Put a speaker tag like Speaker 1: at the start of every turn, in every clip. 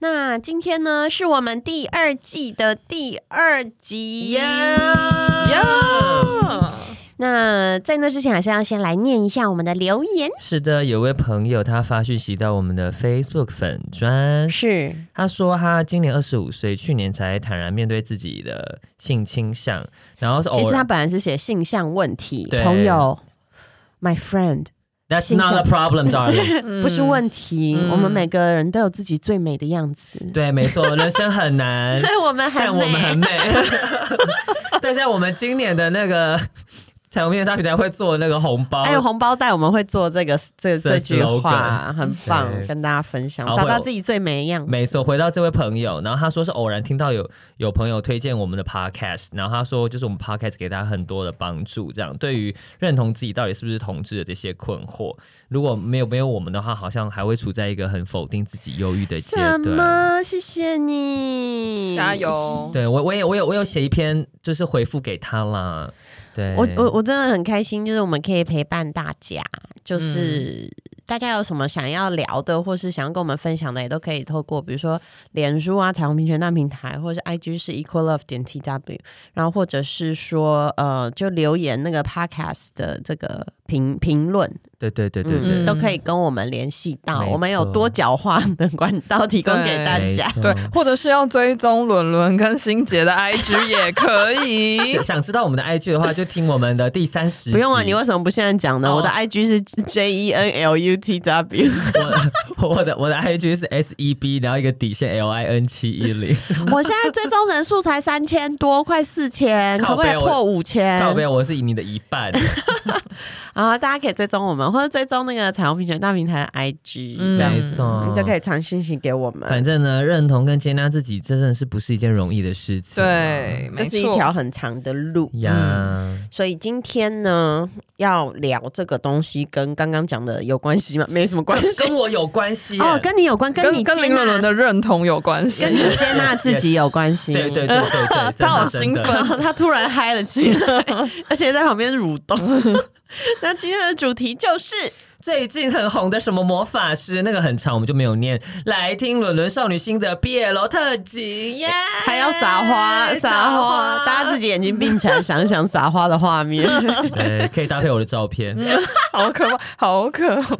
Speaker 1: 那今天呢，是我们第二季的第二集
Speaker 2: 呀，
Speaker 1: 那在那之前，还是要先来念一下我们的留言。
Speaker 3: 是的，有位朋友他发讯息到我们的 Facebook 粉专，
Speaker 1: 是，
Speaker 3: 他说他今年二十五岁，去年才坦然面对自己的性倾向，然后是
Speaker 1: 其
Speaker 3: 偶
Speaker 1: 实他
Speaker 3: 然。
Speaker 1: 本来是写性向问题，
Speaker 3: 对
Speaker 1: 朋友，my friend，
Speaker 3: That's
Speaker 1: 性向。
Speaker 3: not a problem, darling
Speaker 1: 不是问题。
Speaker 2: 嗯
Speaker 1: 我们每个人都有自己最美的样子。
Speaker 3: 对，没错，人生很难，
Speaker 1: 对， 我们 很
Speaker 3: 但我们很
Speaker 1: 美。
Speaker 3: 美。但像我们今年的那个 彩虹面大平台会做那个红包，
Speaker 1: 哎还有红包袋，我们会做这个这
Speaker 3: 这
Speaker 1: 这句
Speaker 3: slogan
Speaker 1: 话，很棒
Speaker 3: 对，
Speaker 1: 跟大家分享，
Speaker 3: 好
Speaker 1: 找
Speaker 3: 会
Speaker 1: 到
Speaker 3: 有
Speaker 1: 自己最美的样子。
Speaker 3: 没错，回到这位朋友，然后他说是偶然听到有有朋友推荐我们的 podcast，然后他说就是我们 podcast 给他很多的帮助，这样对于认同自己到底是不是同志的这些困惑，如果没有没有我们的话，好像还会处在一个很否定自己、忧郁的阶段。
Speaker 1: 什么？谢谢你，
Speaker 2: 加！油！
Speaker 3: 对我，我也我有我有写一篇，就是回复给他啦。对，
Speaker 1: 我我我真的很开心，就是我们可以陪伴大家，
Speaker 3: 嗯
Speaker 1: 就是。大家有什么想要聊的，或是想要跟我们分享的，也都可以透过比如说脸书啊、彩虹平权大平台，或是 IG 是 equal love 点 tw，然后或者是说呃，就留言那个 podcast 的这个评评论，
Speaker 3: 对对对对对，
Speaker 1: 嗯，都可以跟我们联系到，
Speaker 3: 没
Speaker 1: 我们有
Speaker 3: 错
Speaker 1: 多角化的管道提供给大
Speaker 3: 没
Speaker 1: 家。
Speaker 3: 错
Speaker 2: 对，或者是要追踪伦伦跟欣杰的 IG 也可以
Speaker 3: 想。想知道我们的 IG 的话，就听我们的第三十集。
Speaker 1: 不用啊，你为什么不现在讲呢？
Speaker 2: 哦
Speaker 1: 我的 IG 是 J E N L U T W，
Speaker 3: 我 我的我的 IG 是 S E B，然后一个底线 L I N 七一零。
Speaker 1: 我现在追踪人数才三千多，快四千，可
Speaker 3: 靠
Speaker 1: 不
Speaker 3: 背
Speaker 1: 可以破
Speaker 3: 我
Speaker 1: 五千？
Speaker 3: 靠背，我是以你的一半。
Speaker 1: 啊，大家可以追踪我们，或者追踪那个彩虹平权大平台的 IG，、
Speaker 2: 嗯
Speaker 1: 这样
Speaker 3: 没
Speaker 1: 子
Speaker 3: 错
Speaker 1: 你，就可以传讯息给我们。
Speaker 3: 反正呢，认同跟接纳自己，真的是不是一件容易的事情、啊。
Speaker 2: 对，嗯
Speaker 1: 这
Speaker 2: 没
Speaker 1: 是一条
Speaker 2: 错。
Speaker 1: 很长的路，
Speaker 3: 嗯呀，
Speaker 1: 所以今天呢要聊这个东西，跟刚刚讲的有关系吗？没什么关
Speaker 3: 跟
Speaker 1: 系
Speaker 3: 跟我有关系耶
Speaker 1: 哦，跟你有关，
Speaker 2: 跟啊
Speaker 1: 你
Speaker 2: 跟
Speaker 1: 接
Speaker 2: 林伦
Speaker 1: 纳
Speaker 2: 伦的认同有关系
Speaker 1: 跟，你接纳自己有关系。
Speaker 3: 对对对 对对，
Speaker 2: 他好
Speaker 3: 真
Speaker 2: 兴
Speaker 3: 的真的
Speaker 2: 奋。
Speaker 1: 他突然嗨了起来，而且在旁边蠕动。那今天的主题就是
Speaker 3: 最近很红的什么魔法师，那个很长，我们就没有念。来听伦伦少女心的 BL 特辑耶，
Speaker 1: 还要撒花，哎撒花，大家自
Speaker 3: 己
Speaker 1: 己眼睛闭起来想一想撒花的画 面。
Speaker 2: 嗯
Speaker 3: 对，哎可以搭配我的照片。
Speaker 2: 好可怕，好可 怕！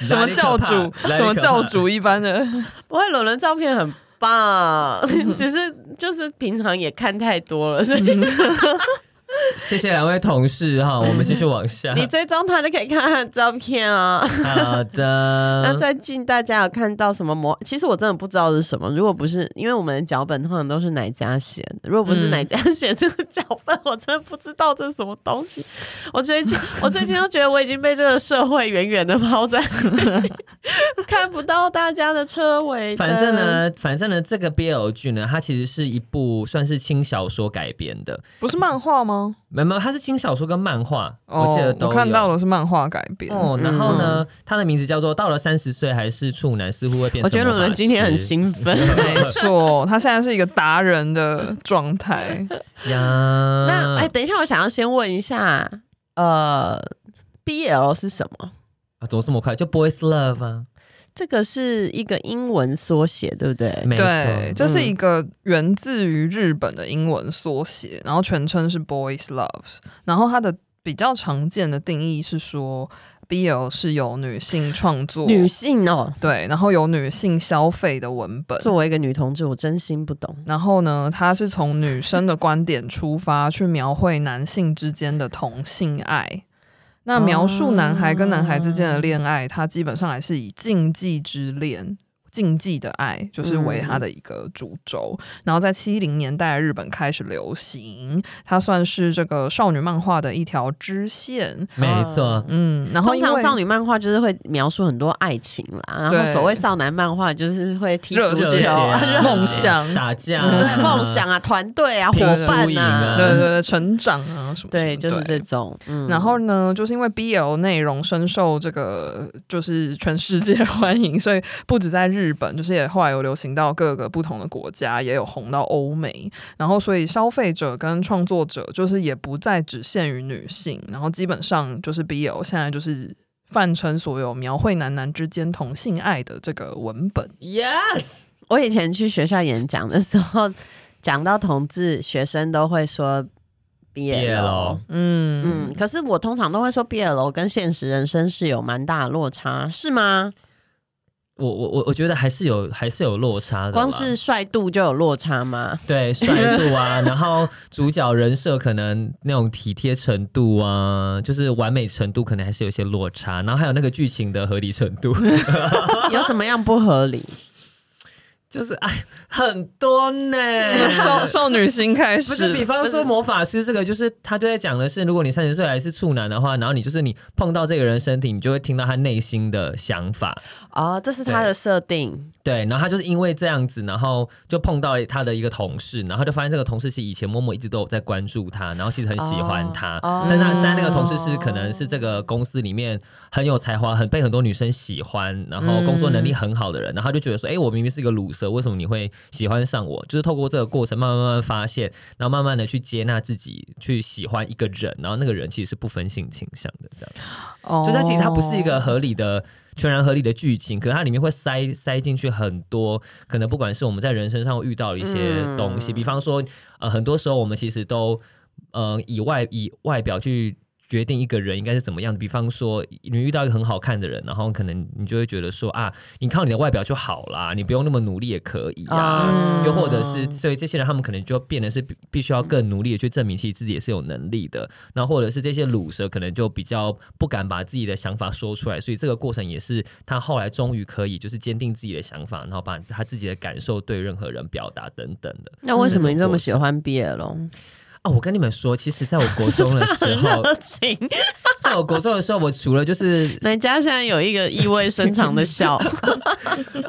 Speaker 2: 什么教主，什么教主一般的，
Speaker 1: 不会，伦伦照片很棒， 只是就是平常也看太多了，所以
Speaker 3: 谢谢两位同事哈，我们继续往下。
Speaker 1: 你追踪他就可以看他的照片啊。
Speaker 3: 好
Speaker 1: 那
Speaker 3: 的，
Speaker 1: 最近大家有看到什么魔？其实我真的不知道是什么。如果不是因为我们的脚本通常都是奶家写的，如果不是
Speaker 2: 嗯
Speaker 1: 奶家写这个脚本，我真的不知道这是什么东西。我最近我最近都觉得我已经被这个社会远远的抛在， 看不到大家的车尾。
Speaker 3: 反正，呢，反正呢，这个 BL 剧呢，它其实是一部算是轻小说改编的，
Speaker 2: 不是漫画吗？
Speaker 3: 没有没有，它是轻小说跟漫画，
Speaker 2: 哦，
Speaker 3: 我记得都
Speaker 2: 我看到
Speaker 3: 了。
Speaker 2: 了是漫画改编。
Speaker 1: 嗯
Speaker 3: 哦，然后呢，它的名字叫做《到了三十岁还是处男，似乎会变
Speaker 1: 我
Speaker 3: 成魔法师》。
Speaker 1: 觉得伦伦今天很兴 奋。
Speaker 2: 没
Speaker 3: 哎
Speaker 2: 错，他现在是一个达人的状态。
Speaker 3: 呀。
Speaker 1: 那
Speaker 3: 那
Speaker 1: 哎、等一下，我想要先问一下，呃，BL 是什么？
Speaker 3: 啊，怎么这么快？就 Boys Love 啊，
Speaker 1: 这个是一个英文缩写，对不对？
Speaker 3: 没
Speaker 2: 对，
Speaker 3: 错，嗯
Speaker 2: 这是一个源自于日本的英文缩写，然后全称是 Boys Love，然后它的比较常见的定义是说 BL 是由女性创作，
Speaker 1: 女性哦，
Speaker 2: 对，然后有女性消费的文本。
Speaker 1: 作为一个女同志，我真心不懂。
Speaker 2: 然后呢，它是从女生的观点出发，去描绘男性之间的同性爱。那描述男孩跟男孩之间的恋爱，它基本上还是以禁忌之恋、禁忌的爱就是为它的一个主轴。然后在七零年代日本开始流行，它算是这个少女漫画的一条支线。
Speaker 3: 没
Speaker 1: 哦
Speaker 3: 错，
Speaker 2: 嗯，然后
Speaker 1: 通
Speaker 2: 因为
Speaker 1: 常少女漫画就是会描述很多爱情啦，然后
Speaker 2: 对
Speaker 1: 所谓少男漫画就是会踢
Speaker 2: 热
Speaker 1: 足
Speaker 2: 血
Speaker 1: 球
Speaker 2: 啊
Speaker 1: 啊、
Speaker 2: 热血梦想
Speaker 3: 打架
Speaker 2: 嗯
Speaker 3: 啊，
Speaker 1: 对梦想啊、团队啊、伙
Speaker 3: 拼
Speaker 1: 伴
Speaker 3: 输赢
Speaker 1: 啊
Speaker 3: 啊，
Speaker 2: 对对对，成长啊什么什么的
Speaker 1: 对，就是这种。嗯，
Speaker 2: 然后呢，就是因为 BL 内容深受这个就是全世界的欢迎，所以不止在日本，就是也后来有流行到各个不同的国家，也有红到欧美。然后，所以消费者跟创作者就是也不再只限于女性，然后基本上就是 BL 现在就是。泛称所有描绘男男之间同性爱的这个文本，
Speaker 3: ，yes，
Speaker 1: 我以前去学校演讲的时候，讲到同志，学生都会说毕
Speaker 3: 毕
Speaker 1: 业
Speaker 3: 业了
Speaker 1: 了。，
Speaker 2: 嗯
Speaker 1: 嗯，可是我通常都会说毕业楼跟现实人生是有蛮大的落差，是吗？
Speaker 3: 我我我我觉得还是有还是有落差的啦，
Speaker 1: 光是帅度就有落差吗？
Speaker 3: 对帅度啊，然后主角人设可能那种体贴程度啊，就是完美程度可能还是有些落差，然后还有那个剧情的合理程度，
Speaker 1: 有什么样不合理？
Speaker 3: 就是哎很多呢。
Speaker 2: 少少女心开
Speaker 3: 嗯不是，比
Speaker 2: 始，
Speaker 3: 方说魔法师这个，就是他就在讲的是，如果你三十岁还是处男的话，然后你就是你碰到这个人身体，你就会听到他内心的想法，
Speaker 1: 哦，这是他的设定。
Speaker 3: 对，然后他就是因为这样子，然后就碰到了他的一个同事，然后就发现这个同事其实以前默默一直都有在关注他，然后其实很喜欢他，
Speaker 1: 哦
Speaker 3: 但他
Speaker 2: 哦
Speaker 3: 但那个同事是可能是这个公司里面很有才华，很被很多女生喜欢，然后工作能力
Speaker 1: 嗯
Speaker 3: 很好的人，然后他就觉得说，哎，我明明是一个卤蛇，为什么你会喜欢上我？就是透过这个过程，慢慢慢慢发现，然后慢慢的去接纳自己，去喜欢一个人，然后那个人其实是不分性倾向的，这样。
Speaker 2: 就
Speaker 3: 就它其实它不是一
Speaker 2: 哦
Speaker 3: 个合理的、全然合理的剧情，可是它里面会塞塞进去很多，可能不管是我们在人身上会遇到的一些东西，
Speaker 1: 嗯
Speaker 3: 比方说，呃，很多时候我们其实都，呃，以外以外表去。决定一个人应该是怎么样的，比方说你遇到一个很好看的人，然后可能你就会觉得说啊，你靠你的外表就好啦，你不用那么努力也可以啊。
Speaker 1: 啊
Speaker 3: 又或者是，所以这些人他们可能就变得是必必须要更努力的去证明其实自己也是有能力的，那或者是这些卤蛇可能就比较不敢把自己的想法说出来，所以这个过程也是他后来终于可以就是坚定自己的想法，然后把他自己的感受对任何人表达等等的。
Speaker 1: 那为什么你这么喜欢毕业楼？
Speaker 3: 哦，我跟你们说，其实在我国中的时候，
Speaker 1: 热情，
Speaker 3: 在我国中的时候，我除了就是
Speaker 1: 奶家现在有一个意味深长的 笑，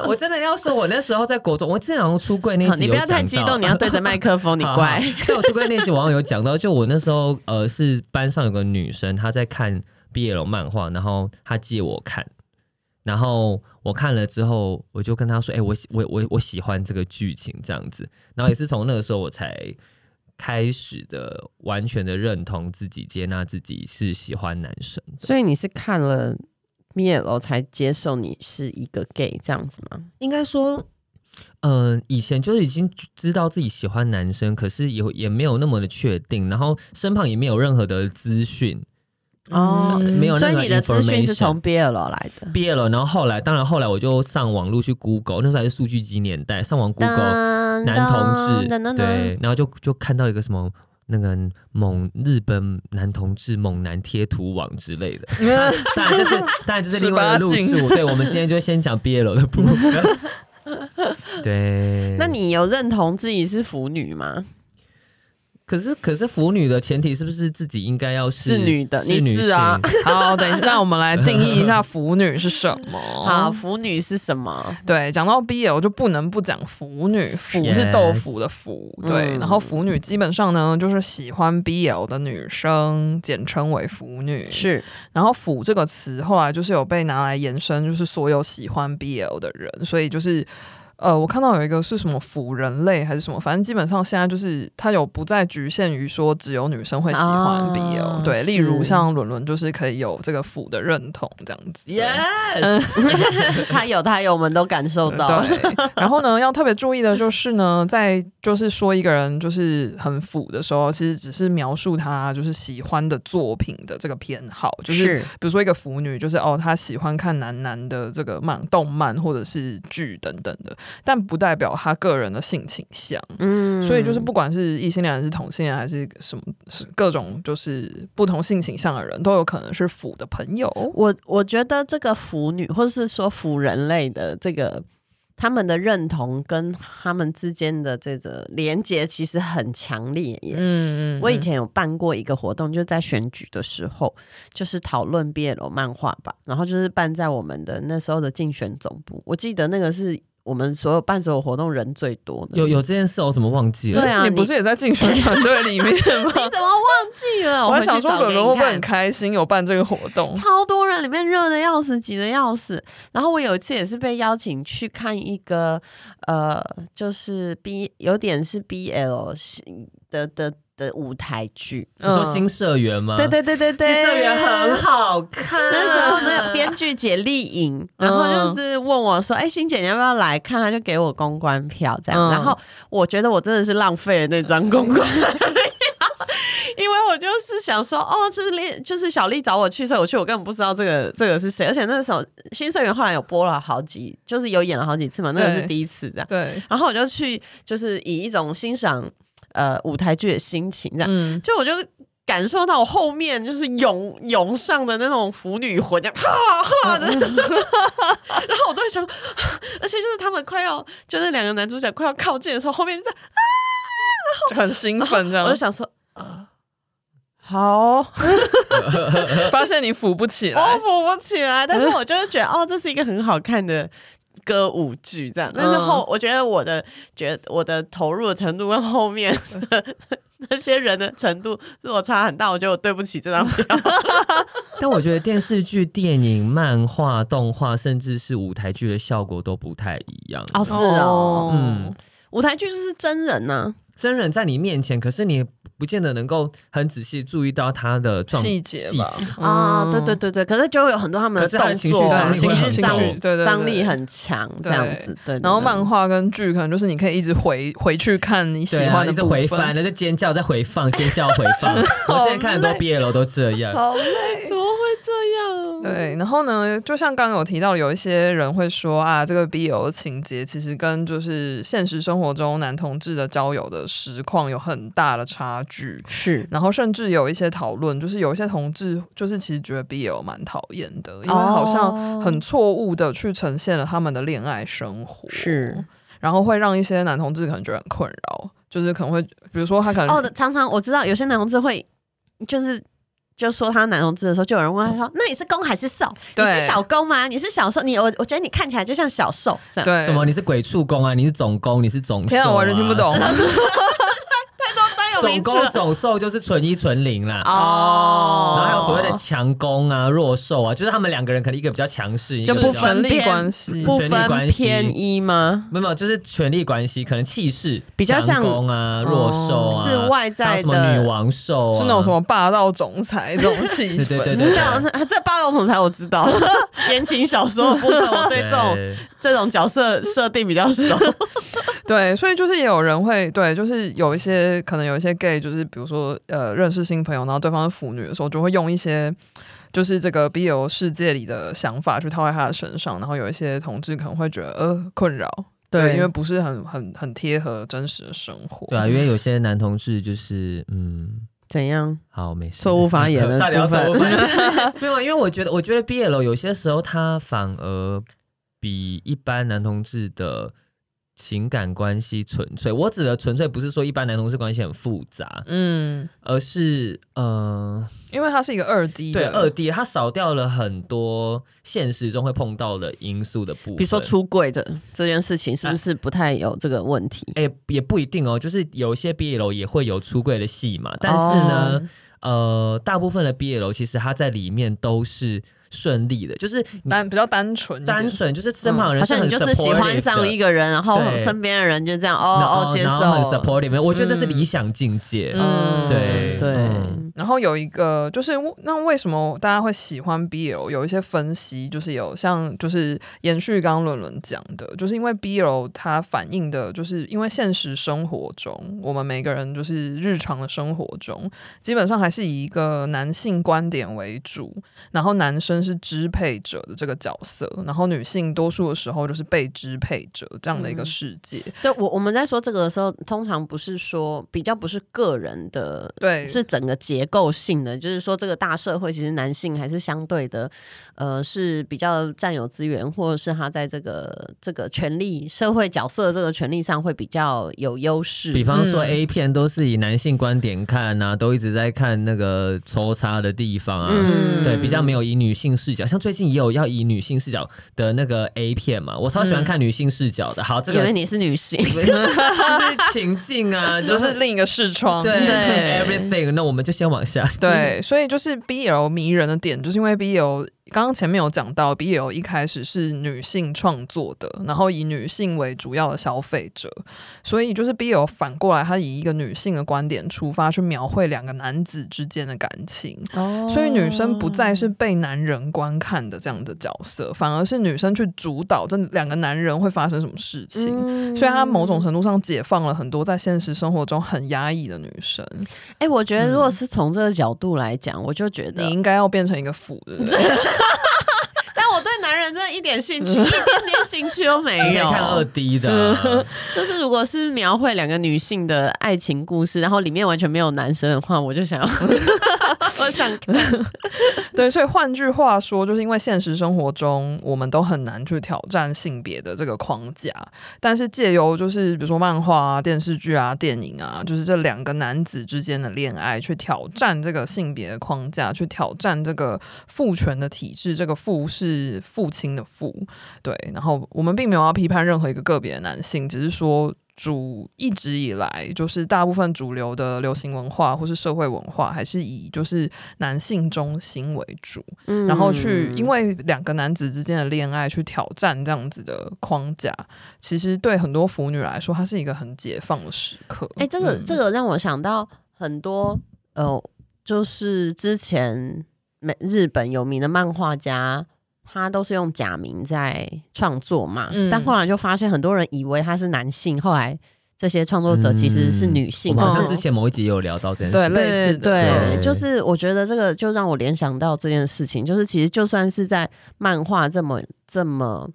Speaker 3: 我真的要说，我那时候在国中，我之前好像出柜那一
Speaker 1: 好
Speaker 3: 集
Speaker 1: 你
Speaker 3: 有
Speaker 1: 不要
Speaker 3: 讲
Speaker 1: 太激
Speaker 3: 到
Speaker 1: 动，你要对着麦克 风，你乖。
Speaker 3: 好。好对，我出柜那期网友有讲到，就我那时候呃是班上有个女生，她在看 BL 漫画，然后她借我看，然后我看了之后，我就跟她说，哎、我喜我我我喜欢这个剧情这样子，然后也是从那个时候我才。开始的完全的认同自己，接纳自己是喜欢男生的，
Speaker 1: 所以你是看了毕业楼才接受你是一个 gay 这样子吗？
Speaker 3: 应该说，嗯、以前就是已经知道自己喜欢男生，可是也也没有那么的确定，然后身旁也没有任何的资讯，
Speaker 1: 哦
Speaker 3: 没有
Speaker 1: 所
Speaker 3: 那
Speaker 1: 以
Speaker 3: 个
Speaker 1: 你的资讯
Speaker 3: information
Speaker 1: 是从毕业楼来的。
Speaker 3: 毕业了，然后后来，当然后来我就上网路去 Google，那时候还是数据机年代，上网 Google
Speaker 1: 噔
Speaker 3: 男同
Speaker 1: 噔噔
Speaker 3: 志，
Speaker 1: 噔
Speaker 3: 对，然后就就看到一个什么。那个猛日本男同志猛男贴图网之类的，
Speaker 2: 哦
Speaker 3: 当然就是当然就是另外的路
Speaker 2: 18禁
Speaker 3: 数。对，我们今天就先讲毕业了的部分。对，
Speaker 1: 那你有认同自己是腐女吗？
Speaker 3: 可是可是腐女的前提是不是自己应该要是
Speaker 1: 是女的你
Speaker 3: 女
Speaker 1: 是啊
Speaker 3: 性
Speaker 2: 好，等一下，那我们来定义一下腐女是什么。
Speaker 3: 嗯
Speaker 1: 好，，腐女是什么？
Speaker 2: 对，讲到 BL 就不能不讲腐女，腐
Speaker 3: Yes
Speaker 2: 是豆腐的腐，对。
Speaker 1: 嗯
Speaker 2: 然后腐女基本上呢，就是喜欢 BL 的女生，简称为腐女。，
Speaker 1: 是
Speaker 2: 然后腐这个词后来就是有被拿来延伸，就是所有喜欢 BL 的人，所以就是。呃，我看到有一个是什么腐人类还是什么，反正基本上现在就是它有不再局限于说只有女生会喜欢
Speaker 1: 啊
Speaker 2: BL，、对，例
Speaker 1: 是
Speaker 2: 如像伦伦就是可以有这个腐的认同这样子。对
Speaker 3: Yes，
Speaker 1: 嗯 他有他有，我们都感受到了。
Speaker 2: 对，然后呢，要特别注意的就是呢，在就是说一个人就是很腐的时候，其实只是描述他就是喜欢的作品的这个偏好，就是比如说一个腐女，就是哦，她喜欢看男男的这个漫动漫或者是剧等等的，但不代表她个人的性倾向。
Speaker 1: 嗯
Speaker 2: 所以就是不管是异性恋还是同性恋还是什么，是各种就是不同性倾向的人都有可能是腐的朋友。
Speaker 1: 我我觉得这个腐女，或者是说腐人类的这个他们的认同跟他们之间的这个连接其实很强烈耶。
Speaker 2: 嗯嗯，
Speaker 1: 我以前有办过一个活动，就在选举的时候，就是讨论 BL 漫画吧，然后就是办在我们的那时候的竞选总部。我记得那个是我们所有办所有活动人最多的。
Speaker 3: 有有这件事，哦我怎么忘记了？
Speaker 1: 对啊
Speaker 2: 你不是也在竞选团队里面吗？
Speaker 1: 你怎么忘记了？
Speaker 2: 我
Speaker 1: 我
Speaker 2: 还
Speaker 1: 回去
Speaker 2: 想说，
Speaker 1: 找
Speaker 2: 哥
Speaker 1: 给
Speaker 2: 哥
Speaker 1: 你
Speaker 2: 会不会很
Speaker 1: 看。
Speaker 2: 开心有办这个活动？
Speaker 1: 超多人，里面热的要死，挤的要死。然后我有一次也是被邀请去看一个，呃，就是 B 有点是 BL 是的的的舞台剧。
Speaker 3: 你说新社员
Speaker 2: 啊
Speaker 3: 吗？
Speaker 1: 对对对对对，
Speaker 3: 新社员很好看。
Speaker 1: 那时候那个编剧姐丽颖，
Speaker 2: 嗯
Speaker 1: 然后就是问我说：“哎、欣姐你要不要来看？”她就给我公关票这样。
Speaker 2: 嗯
Speaker 1: 然后我觉得我真的是浪费了那张公关票。因为我就是想说，哦，就是丽，就是小丽找我去，所以我去，我根本不知道这个这个是谁。而且那时候新社员后来有播了好几，就是有演了好几次嘛，那个是
Speaker 2: 对
Speaker 1: 第一次这样。
Speaker 2: 对，
Speaker 1: 然后我就去，就是以一种欣赏呃舞台剧的心情这样。
Speaker 2: 嗯，
Speaker 1: 就我就感受到我后面就是涌涌上的那种腐女魂，这样哈哈的， 然后我都会想， 而且就是他们快要，就那两个男主角快要靠近的时候，后面就在，
Speaker 2: 就很兴奋这样
Speaker 1: 我就，想说，啊呃，好，
Speaker 2: 发现你扶不起
Speaker 1: 我
Speaker 2: 来，
Speaker 1: 扶不起来，但是我就是觉得，哦，这是一个很好看的。歌舞剧这样，但是后、我觉得我的觉得我的投入的程度跟后面 的那些人的程度落差很大，我觉得我对不起这张票。
Speaker 3: 但我觉得电视剧、 电影、漫画、动画，甚至是舞台剧的效果都不太一样。
Speaker 1: 哦，是哦，
Speaker 3: 嗯，
Speaker 1: 舞台剧就是真人啊呐、
Speaker 3: 真人在你面前，可是你不见得能够很仔细注意到他的状
Speaker 2: 细节吧
Speaker 3: 细节，
Speaker 1: 啊，
Speaker 2: 嗯
Speaker 1: 对对，对对，可是就会有很多他们的
Speaker 3: 可是他
Speaker 1: 动
Speaker 3: 的情绪
Speaker 1: 作啊、
Speaker 2: 张力会很
Speaker 1: 绪张
Speaker 2: 情绪对对对
Speaker 1: 张力很强，这样子
Speaker 3: 嗯
Speaker 1: 对。
Speaker 2: 然后漫
Speaker 1: 画，
Speaker 2: 画跟剧可能就是你可以一直回回去看你喜
Speaker 3: 对啊，
Speaker 2: 欢
Speaker 3: 一
Speaker 2: 的
Speaker 3: 直
Speaker 2: 部
Speaker 3: 回翻，
Speaker 2: 分，哦
Speaker 3: 那就尖叫再回放，尖叫回 放。我之前看很多 BL 都这样，
Speaker 2: 好累。
Speaker 1: 怎么会这样？
Speaker 2: 对，然后呢，就像刚刚有提到，有一些人会说啊，这个 BL 的情节其实跟就是现实生活中男同志的交友的实况有很大的差距。
Speaker 1: 是
Speaker 2: 然后甚至有一些讨论，就是有一些同志，就是其实觉得 BL 蛮讨厌的，因为好
Speaker 1: 哦
Speaker 2: 像很错误的去呈现了他们的恋爱生活，
Speaker 1: 是，
Speaker 2: 然后会让一些男同志可能觉得很困扰，就是可能会，比如说他可能
Speaker 1: 哦，的常常我知道有些男同志会就是。就说他男同志的时候，就有人问他说：“那你是公还是受？你
Speaker 2: 对
Speaker 1: 是小公吗？你是小受？你我我觉得你看起来就像小受。”这样
Speaker 2: 对
Speaker 3: 什么你是鬼畜工啊，你是总工，你是总
Speaker 2: 天啊，
Speaker 3: 兽
Speaker 2: 我完全
Speaker 3: 啊
Speaker 2: 听不 懂。
Speaker 1: 太多专有
Speaker 3: 总
Speaker 1: 名词了
Speaker 3: 攻总受就是纯一纯零啦。
Speaker 1: 哦
Speaker 3: 然后还有所谓的强攻啊、弱受啊，就是他们两个人可能一个比较强势，一个
Speaker 1: 就
Speaker 3: 比
Speaker 1: 不
Speaker 3: 较
Speaker 2: 权
Speaker 1: 分
Speaker 2: 力
Speaker 1: 辨
Speaker 2: 关系，
Speaker 1: 不
Speaker 3: 权力
Speaker 1: 分
Speaker 3: 关系
Speaker 1: 偏一吗？
Speaker 3: 没有，没有就是权力关系，可能气势
Speaker 1: 比较像哦
Speaker 3: 强攻啊、弱受啊，
Speaker 1: 是外在的
Speaker 3: 还有什么女王受、啊，
Speaker 2: 是那种什么霸道总裁这种气
Speaker 3: 对
Speaker 2: 氛。
Speaker 3: 对对
Speaker 1: 这
Speaker 3: 对
Speaker 1: 样， 这霸道总裁我知道， 言情小说的部分我对这种
Speaker 3: 对
Speaker 1: 这种角色设定比较熟。
Speaker 2: 对，所以就是也有人会对，就是有一些可能有一些 gay，就是比如说呃认识新朋友，然后对方是腐女的时候，就会用一些就是这个 BL 世界里的想法去套在他的身上，然后有一些同志可能会觉得呃困扰，对，因为不是很很很贴合真实的生活。
Speaker 3: 对啊，因为有些男同志就是嗯。
Speaker 1: 怎样
Speaker 3: 好，没事。
Speaker 1: 错误发言的
Speaker 3: 差点要
Speaker 1: 部
Speaker 3: 错误
Speaker 1: 分？
Speaker 3: 发言 没有，因为我觉得，我觉得 BL 有些时候它反而比一般男同志的情感关系纯粹。我指的纯粹不是说一般男同志关系很复杂，
Speaker 2: 嗯，
Speaker 3: 而是呃，
Speaker 2: 因为它是一个二 D
Speaker 3: 对
Speaker 2: 的
Speaker 3: 二 D，它少掉了很多现实中会碰到的因素的部分。
Speaker 1: 比如说出柜的这件事情，是不是不太有这个问题？
Speaker 3: 哎、也不一定哦，就是有一些 BL 也会有出柜的戏嘛，但是
Speaker 1: 哦
Speaker 3: 呢，呃，大部分的 BL 其实它在里面都是顺利的，就是你
Speaker 2: 单比较单纯一点，
Speaker 3: 单纯，就是身旁的人
Speaker 1: 嗯好像你
Speaker 3: 嗯很
Speaker 1: 就是喜欢
Speaker 3: supportive
Speaker 1: 上
Speaker 3: 的
Speaker 1: 一个人，然后
Speaker 3: 对
Speaker 1: 身边的人就这样
Speaker 3: 然
Speaker 1: 哦
Speaker 3: 后
Speaker 1: 哦接
Speaker 3: 然后很
Speaker 1: 受，
Speaker 3: supportive，我觉得这是
Speaker 2: 嗯
Speaker 3: 理想境界。
Speaker 2: 嗯
Speaker 3: 对
Speaker 1: 对
Speaker 3: 嗯
Speaker 2: 然后有一个就是那为什么大家会喜欢 BL？有一些分析就是有像就是延续刚刚伦伦讲的，就是因为 BL 它反映的就是因为现实生活中，我们每个人就是日常的生活中，基本上还是以一个男性观点为主，然后男生是支配者的这个角色，然后女性多数的时候就是被支配者这样的一个
Speaker 1: 嗯
Speaker 2: 世界。
Speaker 1: 对我我们在说这个的时候，通常不是说比较不是个人的，
Speaker 2: 对，
Speaker 1: 是整个结构性的，就是说这个大社会其实男性还是相对的，呃，是比较占有资源，或者是他在这个这个权利社会角色这个权利上会比较有优势。
Speaker 3: 比方说
Speaker 2: 嗯
Speaker 3: A 片都是以男性观点看啊，都一直在看那个抽插的地方啊，
Speaker 1: 嗯
Speaker 3: 对，比较没有以女性视角。像最近也有要以女性视角的那个 A 片嘛，我超
Speaker 1: 嗯
Speaker 3: 喜欢看女性视角的。好，这
Speaker 1: 因
Speaker 3: 个
Speaker 1: 为你是女性，
Speaker 3: 就是情境啊，就
Speaker 2: 就是是另一个视窗。
Speaker 3: 对
Speaker 1: 对
Speaker 3: everything。那我们就先往下，
Speaker 2: 对，所以就是 BL 迷人的点，就是因为 BL 刚刚前面有讲到，BL 一开始是女性创作的，然后以女性为主要的消费者，所以就是 BL 反过来，它以一个女性的观点出发，去描绘两个男子之间的感情。
Speaker 1: 哦
Speaker 3: 哦
Speaker 2: 所以女生不再是被男人观看的这样的角色，反而是女生去主导这两个男人会发生什么事情。
Speaker 1: 嗯
Speaker 2: 所以她某种程度上解放了很多在现实生活中很压抑的女生。
Speaker 1: 哎、我觉
Speaker 3: 嗯
Speaker 1: 得如果是从这个角度来讲，我就觉
Speaker 2: 你
Speaker 1: 得，
Speaker 2: 应该要变成一个腐的人，
Speaker 1: 但我对男人真的一点 兴趣，一点点兴趣都没
Speaker 3: 你可以
Speaker 1: 有。
Speaker 3: 看二 D 的 啊，
Speaker 1: 就是如果是描绘两个女性的爱情故事，然后里面完全没有男生的话，我就想要，我想看。
Speaker 2: 对，所以换句话说，就是因为现实生活中我们都很难去挑战性别的这个框架，但是借由就是比如说漫画啊、电视剧啊、电影啊，就是这两个男子之间的恋爱，去挑战这个性别的框架，去挑战这个父权的体制。这个父是父亲的父，对。然后我们并没有要批判任何一个个别的男性，只是说。主一直以来就是大部分主流的流行文化或是社会文化，还是以就是男性中心为主，
Speaker 1: 嗯
Speaker 2: 然后去
Speaker 3: 嗯
Speaker 2: 因为两个男子之间的恋爱去挑战这样子的框架，其实对很多腐女来说，它是一个很解放的时刻。
Speaker 1: 哎、这个
Speaker 2: 嗯
Speaker 1: 这个让我想到很多，呃，就是之前美日本有名的漫画家。他都是用假名在创作嘛，
Speaker 2: 嗯
Speaker 1: 但后来就发现很多人以为他是男性，后来这些创作者其实是女性，哦
Speaker 3: 嗯我们好
Speaker 1: 可
Speaker 3: 像
Speaker 1: 是
Speaker 3: 之前某一集也有聊到这件
Speaker 2: 对
Speaker 3: 事，
Speaker 2: 类似的
Speaker 1: 对，
Speaker 3: 对
Speaker 1: 就是我觉得这个就让我联想到这件事情，就是其实就算是在漫画这么这么。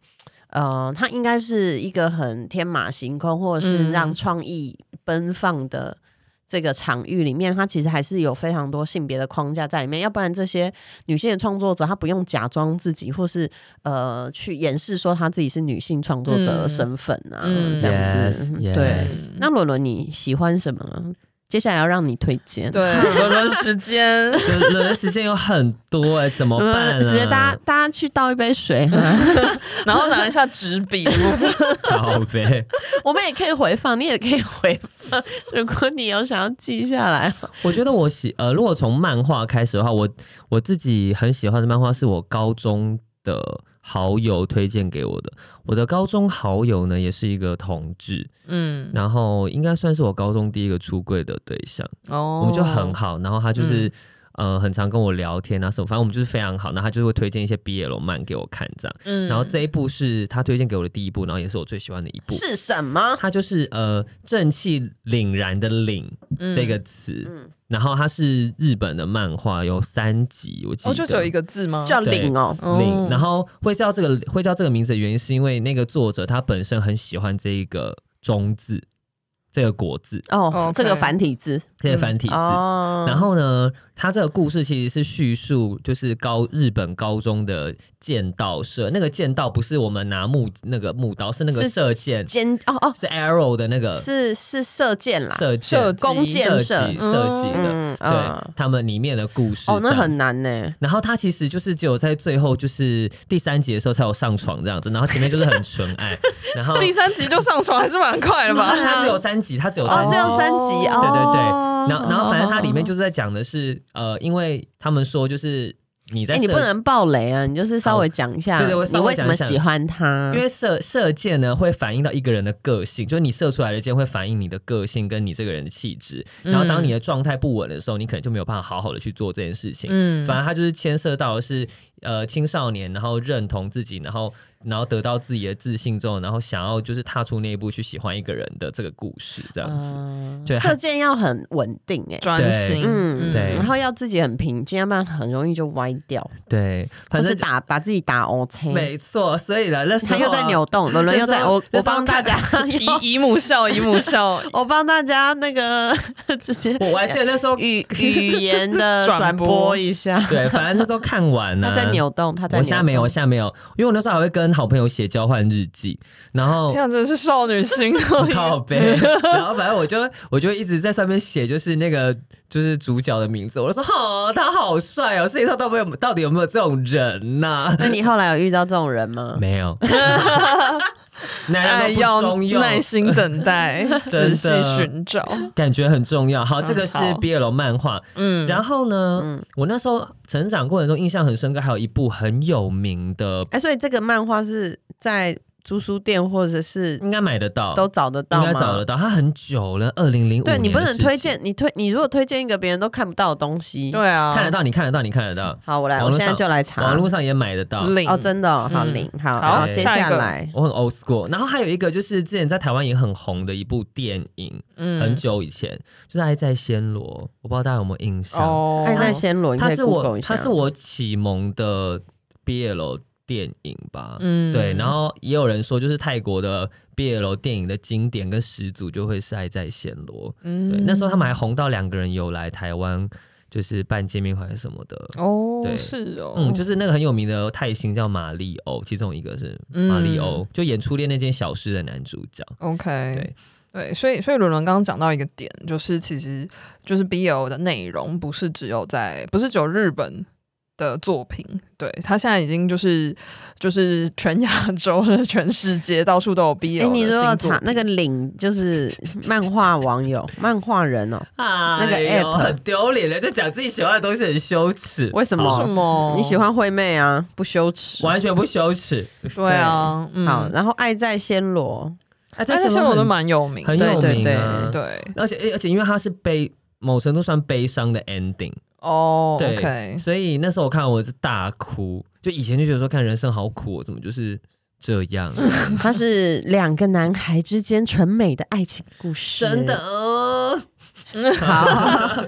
Speaker 1: 呃，它应该是一个很天马行空，或者是
Speaker 2: 嗯
Speaker 1: 让创意奔放的这个场域里面，它其实还是有非常多性别的框架在里面。要不然，这些女性的创作者，她不用假装自己，或是呃去掩饰说她自己是女性创作者的
Speaker 2: 嗯
Speaker 1: 身份啊，
Speaker 2: 嗯
Speaker 1: 这样子。
Speaker 3: Yes,
Speaker 1: 对
Speaker 3: yes
Speaker 1: 那伦伦，你喜欢什么？接下来要让你推荐。
Speaker 2: 对，伦伦时间，
Speaker 3: 轮轮的时间有很多哎，怎么 办啊？
Speaker 1: 直接大家大家去倒一杯 水哈，
Speaker 2: 然后拿一下纸笔的部分。
Speaker 3: 好呗，
Speaker 1: 我们也可以回放，你也可以回放。如果你有想要记下来，
Speaker 3: 我觉得我喜呃，如果从漫画开始的话，我我自己很喜欢的漫画是我高中的好友推荐给我的。我的高中好友呢，也是一个同志，
Speaker 2: 嗯，
Speaker 3: 然后应该算是我高中第一个出柜的对象，
Speaker 2: 哦嗯
Speaker 3: 我们就很好。然后他就是、呃，很常跟我聊天啊什么，反正我们就是非常好。然后他就是会推荐一些 BL 漫给我看这样。
Speaker 2: 嗯
Speaker 3: 然后这一部是他推荐给我的第一部，然后也是我最喜欢的一部。
Speaker 1: 是什么？
Speaker 3: 它就是呃正气凛然的凛
Speaker 2: 嗯
Speaker 3: 这个词，然后它是日本的漫画，有三集，我记得。
Speaker 2: 哦，就只有一个字吗？
Speaker 1: 叫
Speaker 3: 对
Speaker 1: 领哦。
Speaker 3: 凛，然后会叫这个会叫这个名字的原因，是因为那个作者他本身很喜欢这一个中字，这个国字，
Speaker 1: 哦
Speaker 2: OK，
Speaker 1: 这个繁体字
Speaker 3: 这个繁体字。
Speaker 1: 哦
Speaker 3: 然后呢，他这个故事其实是叙述就是高日本高中的剑道社，那个剑道不是我们拿木那个木刀，是那个
Speaker 1: 是
Speaker 3: 射箭，是
Speaker 1: 尖哦哦，
Speaker 3: arrow 的那个
Speaker 1: 是是射箭啦，
Speaker 3: 呃射箭
Speaker 2: 射
Speaker 1: 弓
Speaker 2: 击
Speaker 1: 箭
Speaker 3: 设
Speaker 1: 射
Speaker 3: 计设计的，
Speaker 1: 嗯
Speaker 3: 对
Speaker 1: 嗯
Speaker 3: 他们里面的故事
Speaker 1: 哦，那
Speaker 3: 这样
Speaker 1: 很
Speaker 3: 子。
Speaker 1: 难呢。
Speaker 3: 然后他其实就是只有在最后就是第三集的时候才有上床这样子，然后前面就是很纯 爱，然后
Speaker 2: 第三集就上床，还是蛮快的吧？
Speaker 3: 他只有三集，他只有
Speaker 1: 哦
Speaker 3: 三，
Speaker 1: 这
Speaker 3: 集。
Speaker 1: 样三级哦，
Speaker 3: 对对对，然后然后反正它里面
Speaker 1: 就
Speaker 3: 就是在讲的是，呃，因为他们说就是你在
Speaker 1: 哎，你
Speaker 3: 射
Speaker 1: 不能爆雷啊，你就是稍
Speaker 3: 好
Speaker 1: 微讲一下，
Speaker 3: 对对我稍
Speaker 1: 你
Speaker 3: 微
Speaker 1: 为什
Speaker 3: 讲一
Speaker 1: 么
Speaker 3: 下
Speaker 1: 喜欢他？
Speaker 3: 因为射射箭呢，会反映到一个人的个性，就是你射出来的箭会反映你的个性跟你这个人的气质。然后当你的状态不稳的时候，你可能就没有办法好好的去做这件事情。
Speaker 2: 嗯
Speaker 3: 反而它就是牵涉到的是呃青少年，然后认同自己，然后然后得到自己的自信之后，然后想要就是踏出那一步去喜欢一个人的这个故事，这样子。
Speaker 1: 嗯
Speaker 3: 对
Speaker 1: 射箭要很稳定哎、
Speaker 2: 专心，
Speaker 1: 嗯，
Speaker 3: 对
Speaker 1: 然后要自己很平静，要不然很容易就歪掉，
Speaker 3: 对，
Speaker 1: 或
Speaker 3: 反
Speaker 1: 是
Speaker 3: 正
Speaker 1: 打把自己打 O K。
Speaker 3: 没错，所以呢，那时候
Speaker 1: 他
Speaker 3: 啊
Speaker 1: 又在扭 动，伦伦又在，
Speaker 3: 那
Speaker 1: 我
Speaker 3: 时候
Speaker 1: 我帮大家，
Speaker 2: 姨姨母笑，姨母 笑，
Speaker 3: 哦
Speaker 1: 我帮大家那个 直接
Speaker 3: 我还记得那时候
Speaker 1: 语语言的
Speaker 2: 转
Speaker 1: 转播
Speaker 2: 播
Speaker 1: 一下，
Speaker 3: 对，反正那时候看完呢、
Speaker 1: 他在扭动，他在
Speaker 3: 嗯我
Speaker 1: 扭
Speaker 3: 现在
Speaker 1: 动。
Speaker 3: 没有，我现在没有，因为我那时候还会跟好朋友写交换日记，然后
Speaker 2: 天啊，真是少女心哦
Speaker 3: 靠 背，然后反正我就我就一直在上面写，就是那个就是主角的名字，我就说哦，他好帅哦，世界上到底有到底有没有这种人呐、
Speaker 1: 那你后来有遇到这种人吗？
Speaker 3: 没 有，男
Speaker 2: 爱
Speaker 1: 哎
Speaker 3: 人都
Speaker 2: 哎要
Speaker 3: 不中用，
Speaker 2: 耐心等待，
Speaker 3: 真
Speaker 2: 仔
Speaker 3: 的
Speaker 2: 细寻找。
Speaker 3: 感觉很重要。好，这个是
Speaker 2: 嗯好
Speaker 3: BL 漫画，
Speaker 2: 嗯，
Speaker 3: 然后呢，
Speaker 1: 嗯
Speaker 3: 我那时候成长过程中印象很深刻，还有一部很有名的，
Speaker 1: 哎、所以这个漫画是在租书店或者是
Speaker 3: 应该买得到，
Speaker 1: 都找得
Speaker 3: 应
Speaker 1: 到
Speaker 3: 该
Speaker 1: 吗？
Speaker 3: 找得到。它很久了，二零零五。
Speaker 1: 对你不能推荐，，你推你如果推荐一个别人都看不到的东西，
Speaker 2: 对啊，
Speaker 3: 看得到，你看得到，你看得到，
Speaker 1: 好，我来，
Speaker 3: 网
Speaker 1: 我
Speaker 3: 络上
Speaker 1: 现在就来
Speaker 3: 网
Speaker 1: 查。
Speaker 3: 络上也买得到。
Speaker 2: 领
Speaker 1: 哦，真的哦、好
Speaker 2: 嗯
Speaker 1: 零、好，
Speaker 2: 好
Speaker 1: 然后接
Speaker 2: 下一
Speaker 1: 下
Speaker 2: 个
Speaker 1: 来
Speaker 3: 我很 old school，然后还有一个就是之前在台湾也很红的一部电影，
Speaker 2: 嗯
Speaker 3: 很久以前就是《爱在暹罗》，我不知道大家有没有印象？
Speaker 2: 哦
Speaker 1: 《爱在暹罗》，你
Speaker 3: 它
Speaker 1: 可以
Speaker 3: 是
Speaker 1: Google
Speaker 3: 我
Speaker 1: 一下。
Speaker 3: 它是我启蒙的 BL 电影吧，
Speaker 2: 嗯
Speaker 3: 对，然后也有人说，就是泰国的 BL 电影的经典跟始祖就会是《爱在暹罗》。
Speaker 2: 嗯
Speaker 3: 对，那时候他们还红到两个人有来台湾，就是办见面会什么的。
Speaker 2: 哦，
Speaker 3: 对
Speaker 2: 是哦，
Speaker 3: 嗯，就是那个很有名的泰星叫马里欧，其中一个是马里欧，就演《初恋那件小事》的男主角。
Speaker 2: 嗯 OK，
Speaker 3: 对
Speaker 2: 对所以所以伦伦刚刚讲到一个点，就是其实就是 BL 的内容不是只有在，不是只有日本。的作品，对他现在已经就是就是全亚洲、全世界到处都有 BL
Speaker 1: 哎、
Speaker 2: 的
Speaker 1: 你
Speaker 2: 新
Speaker 1: 如
Speaker 2: 作
Speaker 1: 果
Speaker 2: 品。
Speaker 1: 要查那个领，就是 漫画网友、漫画人哦，
Speaker 3: 那
Speaker 1: 个 app
Speaker 3: 哎很丢脸的，就讲自己喜欢的东西很羞耻，
Speaker 1: 为什
Speaker 2: 为
Speaker 1: 么？
Speaker 2: 什么
Speaker 1: 你喜？欢惠妹啊？不羞耻。
Speaker 3: 哦完全不羞耻。
Speaker 2: 对啊，嗯，
Speaker 1: 好，然后《爱在暹罗
Speaker 3: 哎，
Speaker 2: 但是现在我都蛮有名的，
Speaker 3: 很有
Speaker 1: 对对
Speaker 3: 名啊，
Speaker 2: 对
Speaker 3: 而且而且因为它是悲，某程度算悲伤的 ending，
Speaker 2: 哦
Speaker 3: 对
Speaker 2: ，OK，
Speaker 3: 所以那时候我看我是大哭，就以前就觉得说看人生好苦哦，怎么就是这 样，》，
Speaker 1: 它 是两个男孩之间纯美的爱情故事。
Speaker 3: 真的。呃
Speaker 1: 好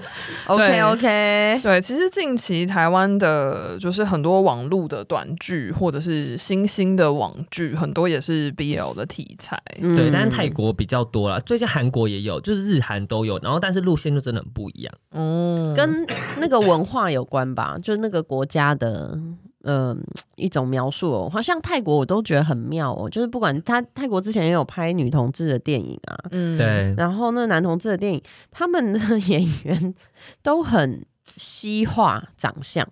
Speaker 1: ，OK
Speaker 2: 对
Speaker 1: OK。
Speaker 2: 对，其实近期台湾的，就是很多网络的短剧或者是新兴的网剧，很多也是 BL 的题材。
Speaker 3: 对，
Speaker 1: 嗯
Speaker 3: 但是泰国比较多啦，最近韩国也有，就是日韩都有，然后但是路线就真的很不一样。
Speaker 2: 嗯，
Speaker 1: 跟那个文化有关吧，就是那个国家的。嗯，一种描述哦，好像泰国我都觉得很妙哦，就是不管他泰国之前也有拍女同志的电影啊，
Speaker 2: 嗯，
Speaker 3: 对，
Speaker 1: 然后那男同志的电影，他们的 演员都很西化长相，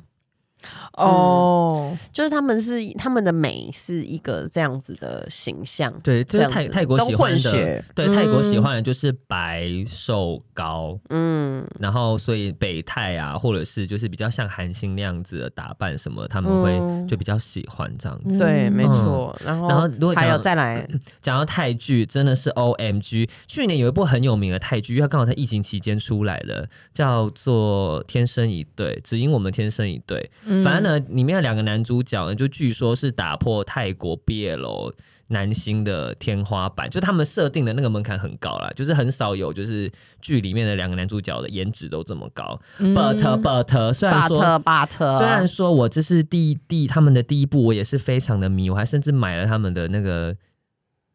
Speaker 2: 哦，
Speaker 1: 就是他们是他们的美是一个这样子的形象，
Speaker 3: 对，就
Speaker 1: 这
Speaker 3: 是
Speaker 1: 样
Speaker 3: 泰
Speaker 1: 子
Speaker 3: 泰国
Speaker 1: 都
Speaker 3: 喜
Speaker 1: 混
Speaker 3: 欢的，
Speaker 1: 血，
Speaker 3: 对
Speaker 2: 嗯
Speaker 3: 泰国喜欢的就是白瘦高，
Speaker 1: 嗯，
Speaker 3: 然后所以北泰啊，或者是就是比较像韩星那样子的打扮什么，他们会
Speaker 2: 嗯
Speaker 3: 就比较喜欢这样子。
Speaker 1: 对，没
Speaker 3: 嗯
Speaker 1: 错。然
Speaker 3: 然后
Speaker 1: 后
Speaker 3: 如果
Speaker 1: 哦还有
Speaker 3: 讲呃
Speaker 1: 再来，
Speaker 3: 讲到泰剧，真的是 O M G！去年有一部很有名的泰剧，它刚好在疫情期间出来的，叫做《天生一对》，只因我们天生一对。
Speaker 2: 嗯
Speaker 3: 反正，呢，里面有两个男主角呢，就据说是打破泰国 BL 男星的天花板，就他们设定的那个门槛很高啦，就是很少有就是剧里面的两个男主角的颜值都这么高。
Speaker 2: 嗯
Speaker 3: But but 虽然
Speaker 1: 巴
Speaker 3: 说
Speaker 1: 特巴特，
Speaker 3: 虽然说我这是第第他们的第一部，我也是非常的迷，我还甚至买了他们的那个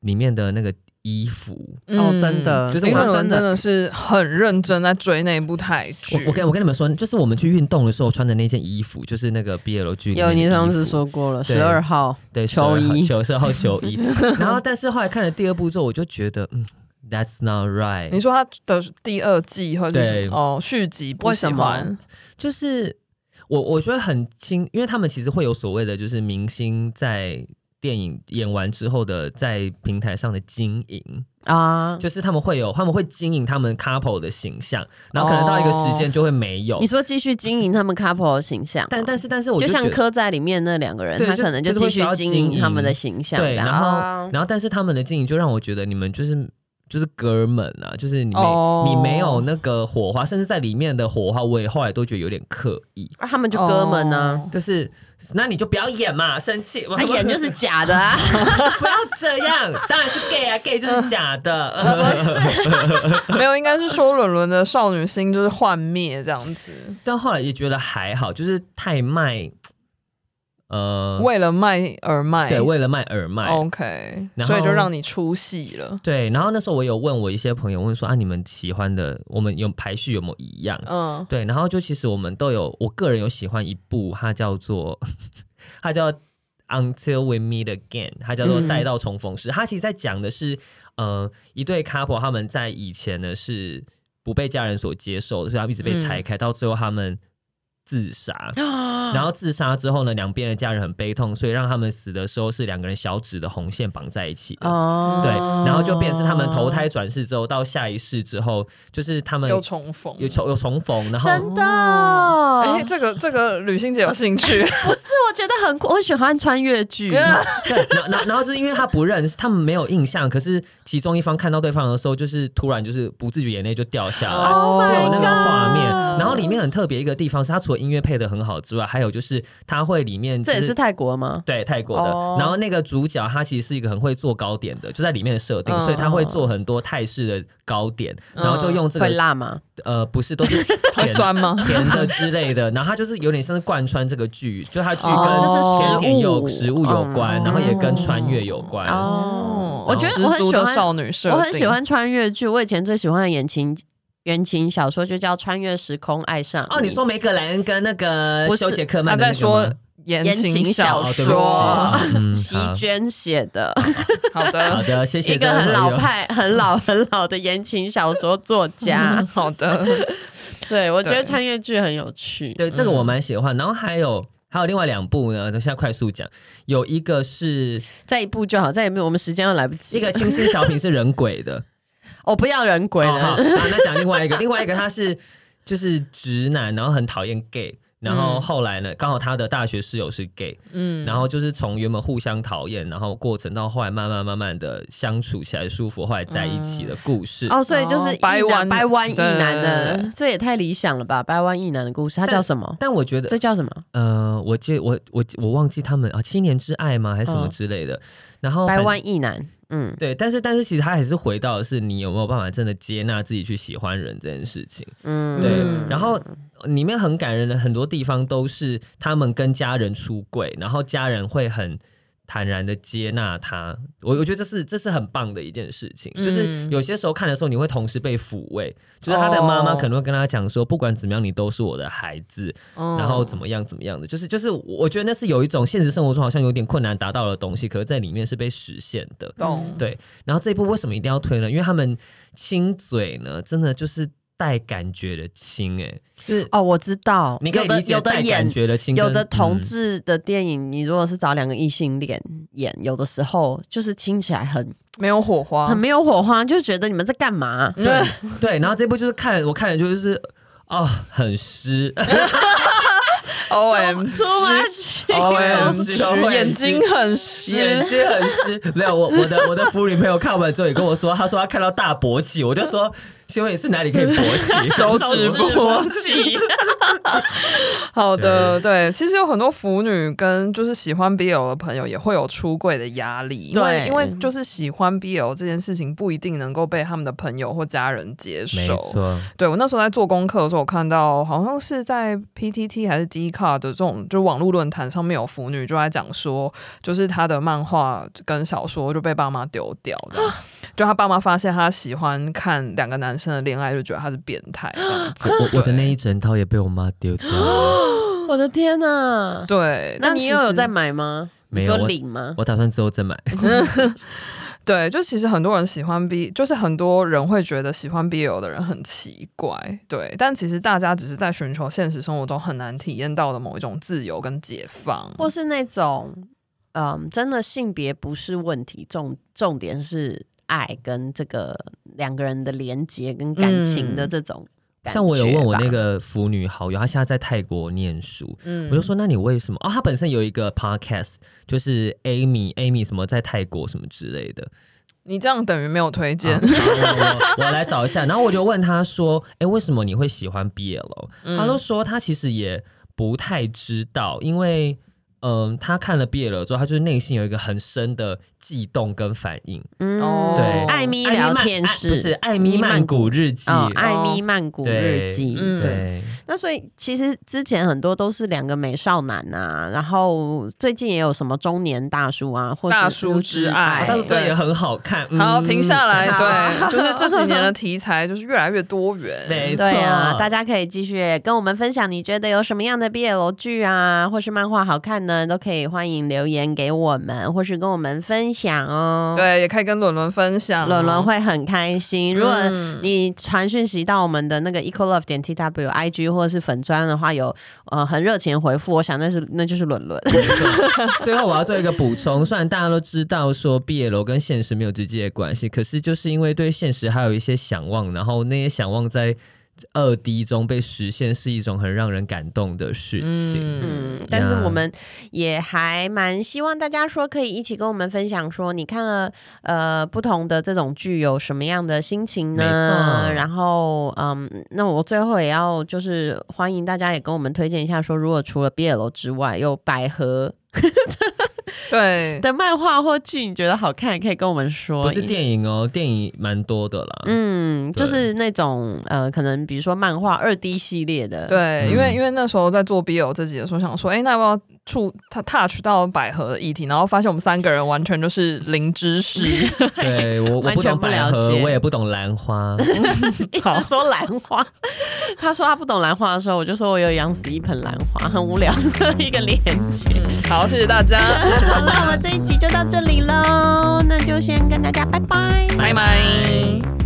Speaker 3: 里面的那个衣服。
Speaker 1: 哦，真。的，
Speaker 3: 嗯就是
Speaker 2: 林
Speaker 3: 我
Speaker 2: 伦
Speaker 1: 我
Speaker 2: 伦
Speaker 1: 真
Speaker 2: 嗯真的是很认真在追那部泰
Speaker 3: 我
Speaker 2: 剧，
Speaker 3: 我跟我跟你们说，就是我们去运动的时候穿的那件衣服，就是那个 BL 剧里面
Speaker 1: 有
Speaker 3: 的
Speaker 1: 你上次
Speaker 3: 衣服
Speaker 1: 说过了，
Speaker 3: 对
Speaker 1: 十二号，
Speaker 3: 对
Speaker 1: 球衣
Speaker 3: 球是后球 衣，然后但是后来看了第二部之后，我就觉得嗯，That's not
Speaker 2: 你
Speaker 3: right，
Speaker 2: 说他的第二季或者是
Speaker 3: 对
Speaker 2: 什么哦续集不
Speaker 1: 为
Speaker 2: 喜
Speaker 1: 什么
Speaker 2: 欢，
Speaker 3: 就是我我觉得很轻，因为他们其实会有所谓的就是明星在。电影演完之后的在平台上的经营，
Speaker 1: 啊，
Speaker 3: 就是他们会有，他们会经营他们 couple 的形象，然后可能到一个时间就会没有。
Speaker 1: 你说继续经营他们 couple 的形象，哦
Speaker 3: 但但是但是我
Speaker 1: 就
Speaker 3: 觉
Speaker 1: 像
Speaker 3: 得
Speaker 1: 刻在里面那两个人，
Speaker 3: 对
Speaker 1: 他
Speaker 3: 就
Speaker 1: 可能就
Speaker 3: 就是
Speaker 1: 继
Speaker 3: 会
Speaker 1: 续
Speaker 3: 需要
Speaker 1: 经
Speaker 3: 经
Speaker 1: 营他们的
Speaker 3: 营
Speaker 1: 形象，
Speaker 3: 对，
Speaker 1: 这样
Speaker 3: 然后
Speaker 1: 啊
Speaker 3: 然后但是他们的经营就让我觉得你们就是就是哥们啊，就是你没、
Speaker 2: 哦
Speaker 3: 你没有那个火花，甚至在里面的火花，我也后来都觉得有点刻意。
Speaker 1: 啊他们就哥们啊呢、
Speaker 2: 哦
Speaker 3: 就是，那你就不要演嘛，生气，
Speaker 1: 他演就是假的啊，
Speaker 3: 不要这样，当然是 gay 啊，gay
Speaker 1: 嗯
Speaker 3: 就是假的，呃
Speaker 2: 没有，应该是说伦伦的少女心就是幻灭这样子，
Speaker 3: 但后来也觉得还好，就是太卖，呃，
Speaker 2: 为了卖而卖。
Speaker 3: 对，为了卖耳麦。
Speaker 1: 哦
Speaker 2: OK，
Speaker 3: 然后
Speaker 2: 所以就让你出戏了。
Speaker 3: 对，然后那时候我有问我一些朋友，问说啊，你们喜欢的，我们有排序有没有一样？
Speaker 2: 嗯，
Speaker 3: 对，然后就其实我们都有，我个人有喜欢一部，它叫做它叫 Until We Meet Again，它叫做
Speaker 1: 嗯
Speaker 3: 《待到重逢时》它其实在讲的是，呃，一对 couple 他们在以前呢是不被家人所接受的，所以他们一直被
Speaker 1: 嗯
Speaker 3: 拆开，到最后他们自杀。
Speaker 1: 啊
Speaker 3: 然后自杀之后呢，两边的家人很悲痛，所以让他们死的时候是两个人小指的红线绑在一起的。
Speaker 1: 哦
Speaker 3: 对，然后就变成是他们投胎转世之后，到下一世之后，就是他们
Speaker 2: 又重逢。
Speaker 1: 嗯
Speaker 3: 有重有重逢，然后哦
Speaker 1: 真的，
Speaker 2: 哎、这个这个吕欣姐有兴 趣？
Speaker 1: 不是，我觉得很酷，我喜欢穿越剧，
Speaker 3: 对，然 然然后就是因为他不认识，他们没有印象，可是其中一方看到对方的时候，就是突然就是不自觉眼泪就掉下来。
Speaker 2: 哦
Speaker 3: 就有那个画面
Speaker 1: Oh my，god
Speaker 3: 然后里面很特别一个地方是，它除了音乐配的很好之外，还有就是它会里面、就
Speaker 1: 这也是泰国吗？
Speaker 3: 对泰国的。
Speaker 2: 哦
Speaker 3: 然后那个主角他其实是一个很会做糕点的，就在里面的设定，
Speaker 2: 嗯
Speaker 3: 所以他会做很多泰式的糕点，
Speaker 2: 嗯
Speaker 3: 然后就用这
Speaker 1: 会
Speaker 3: 个
Speaker 1: 辣吗？
Speaker 3: 呃不是都是
Speaker 2: 会
Speaker 3: 甜
Speaker 2: 酸吗？
Speaker 3: 甜的之类的，然后它就是有点像是贯穿这个剧，就它剧
Speaker 1: 哦就是
Speaker 3: 跟
Speaker 1: 食
Speaker 3: 甜点有
Speaker 1: 物
Speaker 3: 食物有关，
Speaker 1: 嗯
Speaker 3: 然后也跟穿越有关。
Speaker 1: 哦，我觉得
Speaker 2: 十
Speaker 1: 我很
Speaker 2: 足
Speaker 1: 喜
Speaker 2: 的
Speaker 1: 欢
Speaker 2: 少女设
Speaker 1: 我很
Speaker 2: 定
Speaker 1: 喜欢穿越剧，我以前最喜欢的言情言情小说就叫《穿越时空爱上
Speaker 3: 哦，你说梅格莱恩跟那个呃
Speaker 1: 不是
Speaker 3: 休杰克
Speaker 2: 他
Speaker 3: 曼的那
Speaker 2: 在
Speaker 3: 个
Speaker 2: 说
Speaker 3: 吗
Speaker 2: 言
Speaker 1: 言
Speaker 2: 情
Speaker 1: 情
Speaker 2: 小
Speaker 1: 小
Speaker 3: 哦对
Speaker 2: 说。
Speaker 3: 不起
Speaker 1: 说
Speaker 3: 嗯
Speaker 1: 席
Speaker 3: 好
Speaker 1: 娟写 的
Speaker 2: 好
Speaker 3: 好
Speaker 2: 的，。
Speaker 3: 的，谢谢
Speaker 1: 一个
Speaker 3: 这位
Speaker 1: 很
Speaker 3: 朋
Speaker 1: 老
Speaker 3: 友。
Speaker 1: 派、很老、很老的言情小说作家
Speaker 2: 嗯
Speaker 3: 嗯
Speaker 2: 好的，
Speaker 1: 对，我觉得
Speaker 2: 对
Speaker 1: 穿越剧很有趣。
Speaker 3: 对，这个我蛮喜欢。然后还有还有另外两部呢，等下快速讲。有一个是
Speaker 1: 再一部就好，再也没有，我们时间又来不及。
Speaker 3: 一个清新小品是人鬼 的，
Speaker 1: 我不要人鬼
Speaker 3: 哦好，
Speaker 1: 了，
Speaker 3: 那那讲另外一个，另外一个他是就是直男，然后很讨厌 gay，然后
Speaker 2: 嗯
Speaker 3: 后来呢，刚好他的大学室友是 gay，
Speaker 2: 嗯，
Speaker 3: 然后就是从原本互相讨厌，然后过程到后来慢慢慢慢的相处起来舒服，后来在一起的故事。
Speaker 1: 哦，所以就是
Speaker 2: 哦掰弯
Speaker 1: 掰弯一
Speaker 2: 对
Speaker 1: 男
Speaker 2: 对
Speaker 1: 的，这也太理想了吧？掰弯一男的故事，它叫什么？
Speaker 3: 但我觉得
Speaker 1: 这，叫什么？
Speaker 3: 呃，我记我我我忘记他们啊，七年之爱吗？还是什么
Speaker 1: 嗯
Speaker 3: 之类的。然后
Speaker 1: 掰
Speaker 3: 哦反
Speaker 1: 弯一男，嗯，
Speaker 3: 对，但是但是其实他还是回到的是你有没有办法真的接纳自己去喜欢人这件事情。
Speaker 1: 嗯，
Speaker 3: 对，
Speaker 2: 嗯
Speaker 3: 然后里面很感人的很多地方都是他们跟家人出柜，然后家人会很坦然的接纳他。我我觉得这是这是很棒的一件事情，
Speaker 2: 嗯
Speaker 3: 就是有些时候看的时候，你会同时被抚慰，就是他的妈妈可能会跟他讲说，不管怎么样，你都是我的孩子，然后怎
Speaker 2: 么
Speaker 3: 么样怎么样的，就是就是我我觉得那是有一种现实生活中好像有点困难达到的东西，可是在里面是被实现的。
Speaker 2: 懂？
Speaker 3: 对然后这一部为什么一定要推呢？因为他们亲嘴呢，真的就是带感觉的亲、哎，就是
Speaker 1: 哦，我知道，
Speaker 3: 你可以
Speaker 1: 有的
Speaker 3: 理解
Speaker 1: 有的
Speaker 3: 带感
Speaker 1: 演
Speaker 3: 觉的亲跟，
Speaker 1: 有的同
Speaker 3: 嗯
Speaker 1: 志的电影，你如果是找两个异性恋演，有的时候就是听起来很
Speaker 2: 没有火花
Speaker 1: 很，没有火花，就觉得你们在干嘛？
Speaker 2: 对，
Speaker 3: 对，然后这部就是看我看了就是。哦，很 湿，
Speaker 2: O
Speaker 3: 嗯
Speaker 2: M G，O
Speaker 3: 哦
Speaker 2: M G，
Speaker 3: OMG
Speaker 2: 眼睛很
Speaker 3: 眼
Speaker 2: 湿，
Speaker 3: 睛很湿。没有，我我的我的腐女朋友看完之后也跟我说，她说她看到大勃起，我就说，请问你是哪里可以勃起？
Speaker 2: 手指勃
Speaker 1: 起，
Speaker 2: 好的，对，其实有很多腐女跟就是喜欢 BL 的朋友也会有出柜的压力，因为
Speaker 1: 对
Speaker 2: 因为就是喜欢 BL 这件事情不一定能够被他们的朋友或家人接
Speaker 3: 没
Speaker 2: 受。
Speaker 3: 错，
Speaker 2: 对我那时候在做功课的时候，我看到好像是在 PTT 还是 d 卡的这种就网络论坛上面有腐女就在讲说，就是她的漫画跟小说就被爸妈丢掉的。
Speaker 3: 啊
Speaker 2: 就她爸妈发现她喜欢看两个男生的恋爱，就觉得她是变态这样子。
Speaker 3: 我我的那一整套也被我妈丢掉了，
Speaker 1: 我的天哪！
Speaker 2: 对，
Speaker 1: 那
Speaker 2: 但
Speaker 1: 你
Speaker 2: 其
Speaker 1: 又有
Speaker 2: 实
Speaker 1: 在买吗？
Speaker 3: 没
Speaker 1: 你
Speaker 3: 有
Speaker 1: 说
Speaker 3: 我
Speaker 1: 领吗？
Speaker 3: 我打算之后再买。
Speaker 2: 对，就其实很多人喜欢 B，就是很多人会觉得喜欢 BL 的人很奇怪，对。但其实大家只是在寻求现实生活中很难体验到的某一种自由跟解放。
Speaker 1: 或是那种，嗯，真的性别不是问题，重重点是爱跟这个两个人的连接跟感情的
Speaker 2: 嗯
Speaker 1: 这种感觉吧。
Speaker 3: 像我有问我那个腐女好友，她现在在泰国念书，
Speaker 2: 嗯
Speaker 3: 我就说，那你为什么？哦，他本身有一个 podcast，就是 Amy Amy 什么在泰国什么之类的。
Speaker 2: 你这样等于没有推荐。
Speaker 3: 啊我我我来找一下，然后我就问他说：“哎、为什么你会喜欢 BL？”
Speaker 2: 嗯
Speaker 3: 他就说他其实也不太知道，因为嗯、他看了 BL 之后，他就是内心有一个很深的悸动跟反应。
Speaker 1: 嗯
Speaker 2: 哦
Speaker 3: 对
Speaker 1: 艾咪聊天
Speaker 3: 艾啊
Speaker 1: 室
Speaker 3: 不是《艾米曼谷日记》
Speaker 1: 哦，艾咪曼谷日
Speaker 3: 对
Speaker 1: 记，
Speaker 2: 嗯
Speaker 3: 对，
Speaker 1: 那所以其实之前很多都是两个美少男啊，然后最近也有什么中年大叔啊，或是
Speaker 2: 大叔
Speaker 1: 无
Speaker 2: 之爱
Speaker 3: 啊但是
Speaker 2: 对
Speaker 3: 这也很好看。嗯
Speaker 2: 哎好，停下来。
Speaker 1: 好
Speaker 2: 对，就是这几 年的题材就是越来越多元。
Speaker 3: 对没
Speaker 1: 对啊，
Speaker 3: 错
Speaker 1: 大家可以继续跟我们分享，你觉得有什么样的 BL 剧啊，或是漫画好看呢？都可以欢迎留言给我们，或是跟我们分享哦。，
Speaker 2: 对，也可以跟伦伦分享。哦
Speaker 1: 伦伦会很开心。如果
Speaker 2: 嗯
Speaker 1: 你传讯息到我们的那个 equal love 点 tw IG 或者是粉砖的话，有呃很热情的回复，我想那是那就是伦伦。
Speaker 3: 最后我要做一个补充，虽然大家都知道说 BL 跟现实没有直接的关系，可是就是因为对现实还有一些向往，然后那些向往在二 D 中被实现，是一种很让人感动的事情。
Speaker 2: 嗯，
Speaker 1: 嗯，但是
Speaker 3: 呀
Speaker 1: 我们也还蛮希望大家说可以一起跟我们分享说，你看了呃不同的这种剧有什么样的心情
Speaker 3: 没
Speaker 1: 呢？
Speaker 3: 错
Speaker 1: 然后嗯，那我最后也要就是欢迎大家也跟我们推荐一下说，如果除了 BL 之外，有百合
Speaker 2: 对，
Speaker 1: 的漫画或剧，你觉得好看，也可以跟我们说。
Speaker 3: 不是电影哦，电影蛮多的啦。
Speaker 1: 嗯，就
Speaker 3: 对
Speaker 1: 是那种呃，可能比如说漫画二 D 系列的，
Speaker 2: 对，因为
Speaker 3: 嗯
Speaker 2: 因为那时候在做 BL 这集的时候，想说，哎，那要不要触他 touch 到百合的议题？然后发现我们三个人完全就是零知识。
Speaker 3: 对我我
Speaker 1: 完
Speaker 3: 不
Speaker 1: 全
Speaker 3: 懂
Speaker 1: 不
Speaker 3: 百
Speaker 1: 了
Speaker 3: 合，
Speaker 1: 解
Speaker 3: 我也不懂兰花。
Speaker 1: 一直说兰花。 他说他不懂兰花的时候，我就说我有养死一盆兰花，很无聊的一个链接。
Speaker 2: 嗯好，谢谢大家，
Speaker 1: 嗯好了，我们这一集就到这里喽，那就先跟大家拜拜。
Speaker 2: 拜拜。